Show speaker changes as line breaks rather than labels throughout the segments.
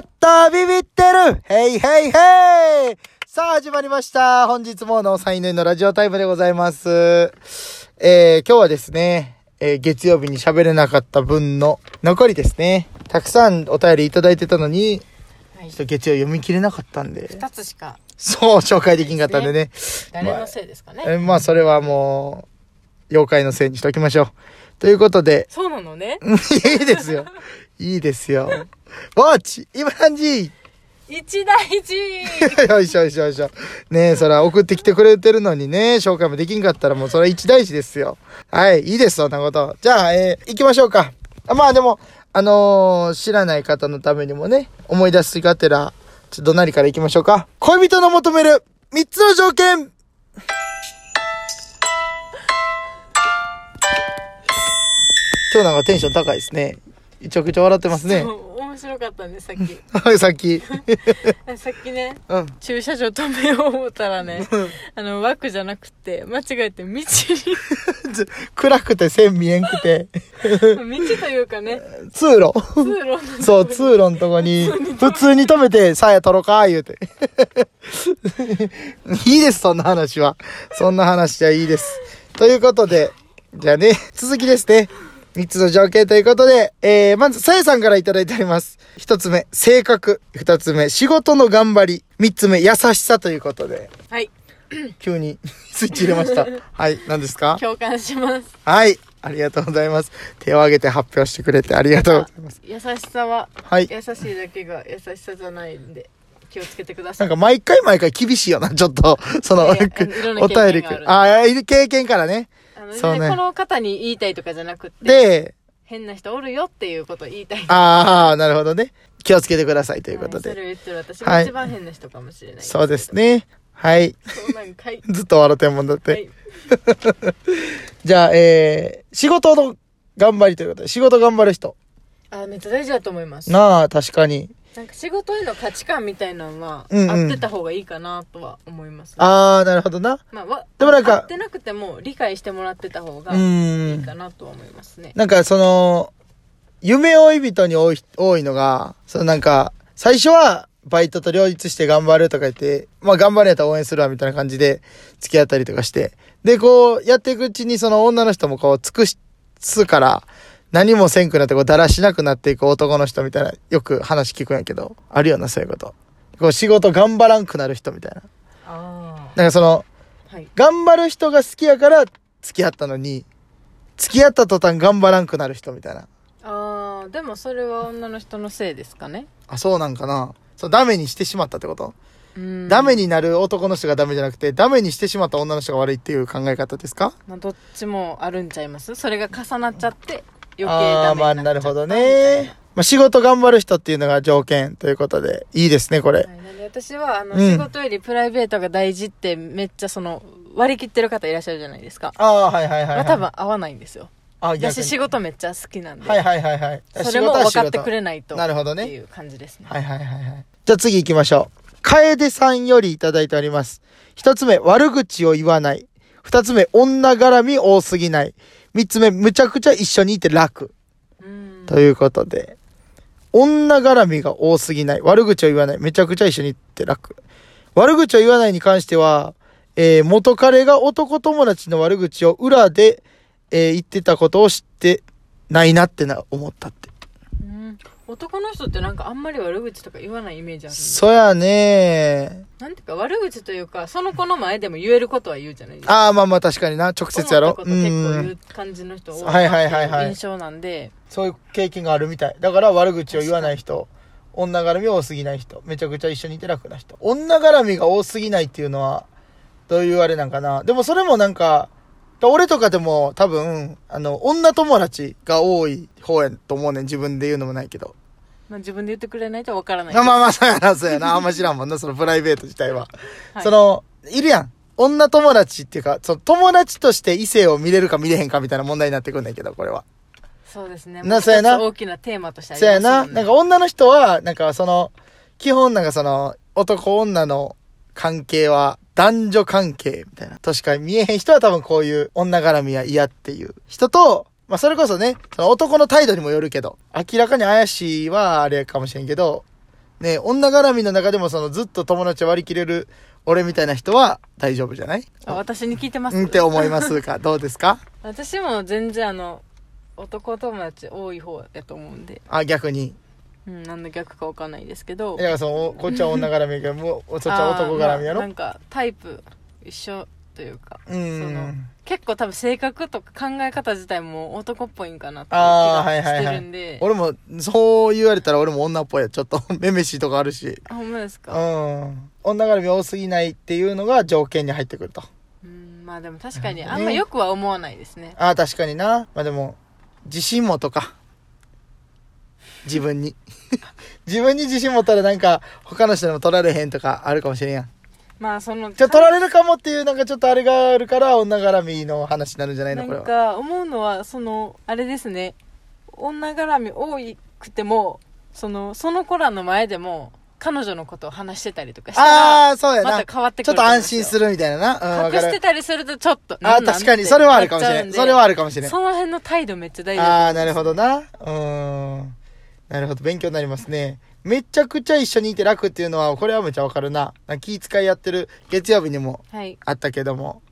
ったビビってるヘイヘイヘイさあ、始まりました。本日もノーサインのラジオタイムでございます。えー、今日はですね、えー月曜日に喋れなかった分の残りですね。たくさんお便りいただいてたのに、
はい
ちょっと月曜読み切れなかったんで、
二つしか
そう、紹介できんかったんでね。
誰のせいですかね、
えーまあ、それはもう、妖怪のせいにしておきましょう。ということで、
そうなのね
うんいいですよ。いいですよ。ワーチ今何時
一大事
よいしょよいしょよいしょ。ねえ、そら送ってきてくれてるのにね、紹介もできんかったらもうそれは一大事ですよ。はい、いいです、そんなこと。じゃあ、えー行きましょうか。あまあでも、あのー知らない方のためにもね、思い出すがてら、ちょっとどなりから行きましょうか。恋人の求める3つの条件今日なんかテンション高いですね。いちょくちょ笑ってますね。
そう面白かったねさっき
はい、 さっき。
さっきね
うん。
駐車場止めよう思ったらねあの枠じゃなくて間違えて道に
ず暗くて線見えんくて、
道というかね
通 路。
通路の
そう、通路のとこに、普通に止めて、さや取ろうか、言うて。 いいです、そんな話は。そんな話はいいです。ということで、じゃあね、続きですね。3つの条件ということで、えー、まず、さやさんからいただいております。1つ目、性格。2つ目、仕事の頑張り。3つ目、優しさということで、
はい
急に スイッチ入れました。はい、何ですか
共感します
はい、ありがとうございます。手を挙げて発表してくれてありがとうございます。
優しさは
はい。
優しいだけが優しさじゃないんで気をつけてくださ
ないんか毎回毎回厳しいよな、ちょっと。その、
いやいやいろんな
お
経験がある
便 りく。ああ、経験からね。
あの、
そうね
この方に言いたいとかじゃなくて
で、
変な人おるよっていうことを言いたい
ああ、なるほどね。気をつけてくださいと
と
いうこと
それ
で。
を言ってる私
は
が
い
一番変な人かもしれない、
そうですね。はい。
そうなんかい
ずっと笑ってんもんだっ
は
て。
い
じゃあ、えー、仕事の頑張りということで、仕事頑張る人。
あめっちゃ大事だと思いますな
なあ、確かに。
んか仕事への価値観みたいなのは、
うんうん
合ってた方がいいかなとは思います、
ああ、なるほどな。
まあわ
でもなんか
合ってなくても理解してもらってた方が
う
い
ー
い
ん
か。なとは思いますね、
なんかその、夢追い人に多い多いのが、そのなんか、最初はバイトと両立して頑張るとか言って、まあ頑張るんやったら応援するわみたいな感じで付き合ったりとかして、で、こうやっていくうちにその女の人もこう尽くすから、何もせんくなってこうだらしなくなっていく男の人みたいな、よく話聞くんやけど、あるよな、そういうこと。こう仕事頑張らんくなる人みたいな。
あ
なんかその、
あはい
頑張る人が好きやから付き合ったのに、付き合った途端頑張らんくなる人みたいな。
ああでもそれは女の人のせいですかね
あ、そうなんかな。そう、ダメにしてしまったってこと、
うん
ダメになる男の人がダメじゃなくて、ダメにしてしまった女の人が悪いっていう考え方ですか
まあ、どっちもあるんちゃいますそれが重なっちゃって余計
あ
ダ
あー、ま
メ
あ、
に
な
なっ
る
ち
ほ
ゃった
ど
みたいな
ね。まあ、仕事頑張る人っていうのが条件ということで、いいですね、これ。
はい、なんで私はあの、
うん
仕事よりプライベートが大事ってめっちゃその割り切ってる方いらっしゃるじゃないですか、
ああ、はいはいはい、はい。
まあ、多分合わないんですよ
あ逆
私
に
仕事めっちゃ好きなんで、
はいはいはいはい。
それも分かってくれないと
なるほどね
っていう感じですね
はいはいはいはい。じゃあ次行きましょう。楓さんよりいただいております。一つ目、悪口を言わない。二つ目、女絡み多すぎない。三つ目、むちゃくちゃ一緒にいて楽。
うん
ということで、女絡みが多すぎない。悪口を言わない。めちゃくちゃ一緒に行って楽。悪口を言わないに関しては、えー元彼が男友達の悪口を裏で、えー言ってたことを知ってないなってな思ったって。
うん男の人ってなんかあんまり悪口とか言わないイメージあるんで
そやね
なんていうか悪口というかその子の前でも言えることは言うじゃないですか
ああ、まあまあ確かにな。直接やろ。
思ったこ
う
と結構言
ん。
う感じの人多い
はいはいはいはい
なってう印象なんで
そういう経験があるみたい。だから悪口を言わない人。女絡み多すぎない人。めちゃくちゃ一緒にいて楽な人。女絡みが多すぎないっていうのは、どういうあれなんかな。でもそれもなんか、俺とかでも多分、あの、女友達が多い方やと思うねん。自分で言うのもないけど。
まあ、自分で言ってくれないとわからない
まあまあまあ、そうやな、そうやな。あんま知らんもんな、そのプライベート自体は。
はい
その、いるやん。女友達っていうか、その友達として異性を見れるか見れへんかみたいな問題になってくんだけど、これは。
そうですね
なそうやな
も一つ大きなテーマとしてあり
そ
ま
う
す
や
よね
な。なんか女の人は、なんかその、基本なんかその、男女の関係は男女関係みたいな。としか見えへん人は多分こういう女絡みは嫌っていう人と、まあそれこそね、その男の態度にもよるけど、明らかに怪しいはあれかもしれんけど、ね、女絡みの中でもそのずっと友達を割り切れる俺みたいな人は大丈夫じゃない
あ私に聞いてます
うんって思いますかどうですか
私も全然あの男友達多い方やと思うんで、
あ、逆に。
うん、何の逆か分かんないですけど
いや、その、こっちは女絡みやけど、もう、そっちは男絡みやろ、
あーまあなんかタイプ一緒というか
う
その
ん。
結構多分性格とか考え方自体も男っぽいんかなっていう気
ああ、はい
が
はい
して
は
るんで、
い。俺も、そう言われたら俺も女っぽいよ。ちょっと、 めめしいとこあるし。
あほんまです
う
か
ん。女絡み多すぎないっていうのが条件に入ってくると。
うんまあでも確かに
ね
あんまよくは思わないですね
ああ、確かにな。まあでも、自信もとか。自分に。 自分に自信持ったらなんか、他の人にも取られへんとかあるかもしれんやん。
まあその
じゃあ取られるかもっていうなんかちょっとあれがあるから、女絡みの話になるんじゃないのこれ
なん
は。
か思うのはそのあれですね女絡み多くてもそのその子らの前でも彼女のことを話してたりとかしたら
ああー、そうやな。
また変わってく
ちょっ
る
と
と思うん
安
ですよ
心するみたいなな。うん、わ
隠
か
して
る。
たりするとちょっと
ああ、確かに、それはあるかもしれ
ん
ん。
で
それはあるかもしれん。
その辺の態度めっちゃ大事
ああ、なるほどな。うーん。なるほど。勉強になりますね。めちゃくちゃ一緒にいて楽っていうのは、これはめちゃわかるな。なんか気遣いやってる月曜日にも
はい
あったけども。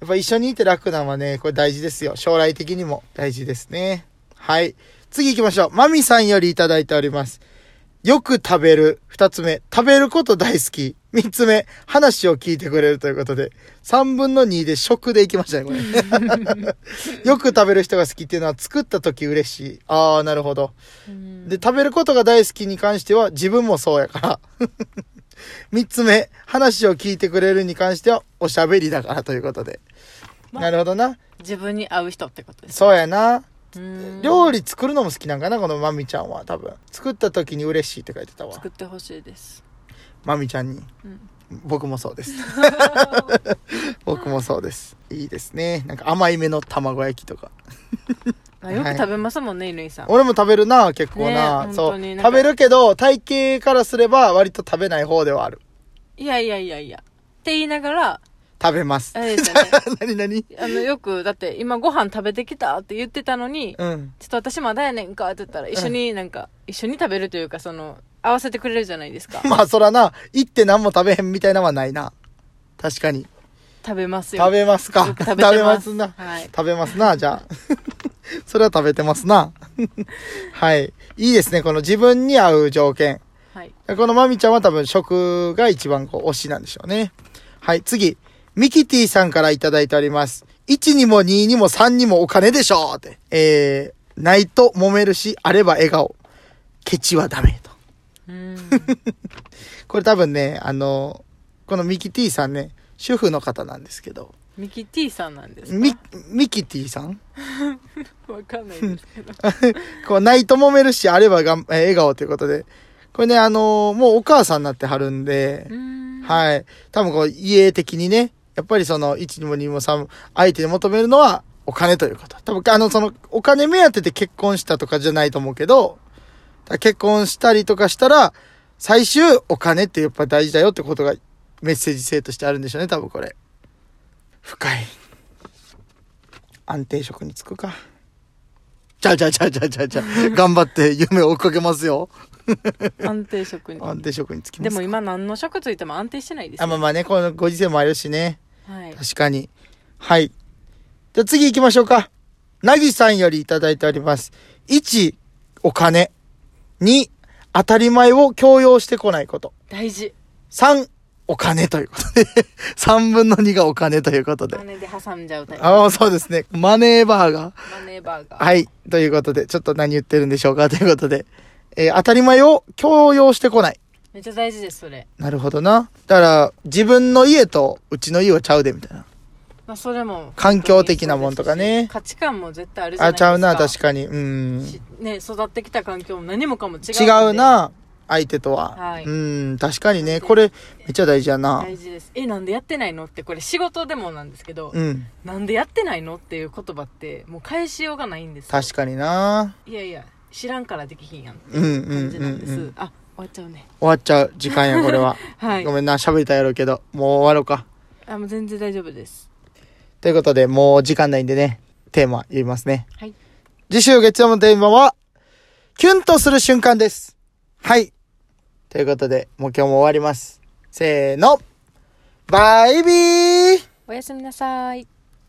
やっぱ一緒にいて楽なのはね、これ大事ですよ。将来的にも大事ですね。はい。次行きましょう。マミさんよりいただいております。よく食べる。二つ目、食べること大好き。三つ目、話を聞いてくれるということで、三分の二で食でいきましたね、これ。よく食べる人が好きっていうのは作った時嬉しい。ああ、なるほど。
うん
で、食べることが大好きに関しては自分もそうやから。 三つ目、話を聞いてくれるに関してはおしゃべりだからということで。
まあ
なるほどな。
自分に合う人ってことです
そうやな。
うん
料理作るのも好きなんかな、このまみちゃんは多分。作った時に嬉しいって書いてたわ。
作ってほしいです
まみちゃんに。
うん
僕も そうです。僕もそうです。いいですね。なんか甘いめの卵焼きとか。
まあよく食べますもんね乾さん
俺も食べるな結構な、
ねえ
そ
本当
う
になんか
食べるけど体型からすれば割と食べない方ではある
いやいやいやいやって言いながら
食べます
あれですよね
何何
あの、よく、だって、今ご飯食べてきたって言ってたのに、
うん。
ちょっと私まだやねんかって言ったら、一緒になんか、一緒に食べるというか、その、合わせてくれるじゃないですか
まあそらな行って何も食べへんみたいなのはないな確かに
食べますよ。
食べますか
よく
食
食べ
べ
てます
ますな
はい。
食べますなじゃあ それは食べてますなはいいいですねこの自分に合う条件
はい。
このまみちゃんは多分食が一番こう推しなんでしょうね。はい、次。ミキティさんからいただいております。1にも2にも3にもお金でしょうって。えー、ないと揉めるし、あれば笑顔。ケチはダメと。
うーん。
これ多分ね、あの、このミキティさんね、主婦の方なんですけど、
ミキ T さんなんですか
ミ、ミキティさん
わかんないですけど。
こう、ないと揉めるし、あればがん、えー笑顔ということで。これね、あのもうお母さんになってはるんで
う、ーん。
はい。多分こう、家的にね、やっぱりその、1にも2も3も、相手に求めるのは、お金ということ。多分、あの、その、お金目当てで結婚したとかじゃないと思うけど、だから結婚したりとかしたら、最終、お金ってやっぱ大事だよってことが、メッセージ性としてあるんでしょうね、多分これ。深い。安定職に就くか。ちゃうちゃうちゃうちゃうちゃうちゃう。頑張って夢を追っかけますよ。
安定職に。
安定職に就きます
でも今何の職ついても安定してないです
あ、
よ。
まあまあね、このご時世もあるしね。
はい。
確かに。はい。じゃあ次行きましょうか。なぎさんよりいただいております。1、お金。2、当たり前を強要してこないこと。
大事。
3、お金ということで。3分の2がお金ということで
マ。ネで挟んじゃうタイプ。
ああ、そうですね。マネーバーが。
マネーバーガー。
はい。ということで、ちょっと何言ってるんでしょうかということで。えー当たり前を強要してこない。
めっちゃ大事です、それ。
なるほどな。だから、自分の家とうちの家はちゃうで、みたいな。
まあ、それも。
環境的なもんとかね
価値観も絶対あるじゃない
あ、
です
ち
か。
ゃうな、確かに。うん。
しね、育ってきた環境も何もかも違う
違
ので
うな、相手とは。
はい
うん、確かにね、これ、めっちゃ大事やな。
大事ですえなんでやってないのってこれ仕事でもなんですけど、
うん、
なんでやってないのっていう言葉ってもう返しようがないんですよ
確かにな。
いやいや知らんからできひんやん
うん、うん、
感じ
うん、う
なん
ん。
です、
終
あ終わっちゃうね
わっちゃう時間や、これは。
はい
ごめんな、喋りたいやろうけど、もう終わろうか。
あもう全然大丈夫です
ということで、もう時間ないんでね、テーマ言いますね。
はい
次週月曜のテーマは、キュンとする瞬間です。はい。ということで、もう今日も終わります。せーの。バイビー
おやすみなさい。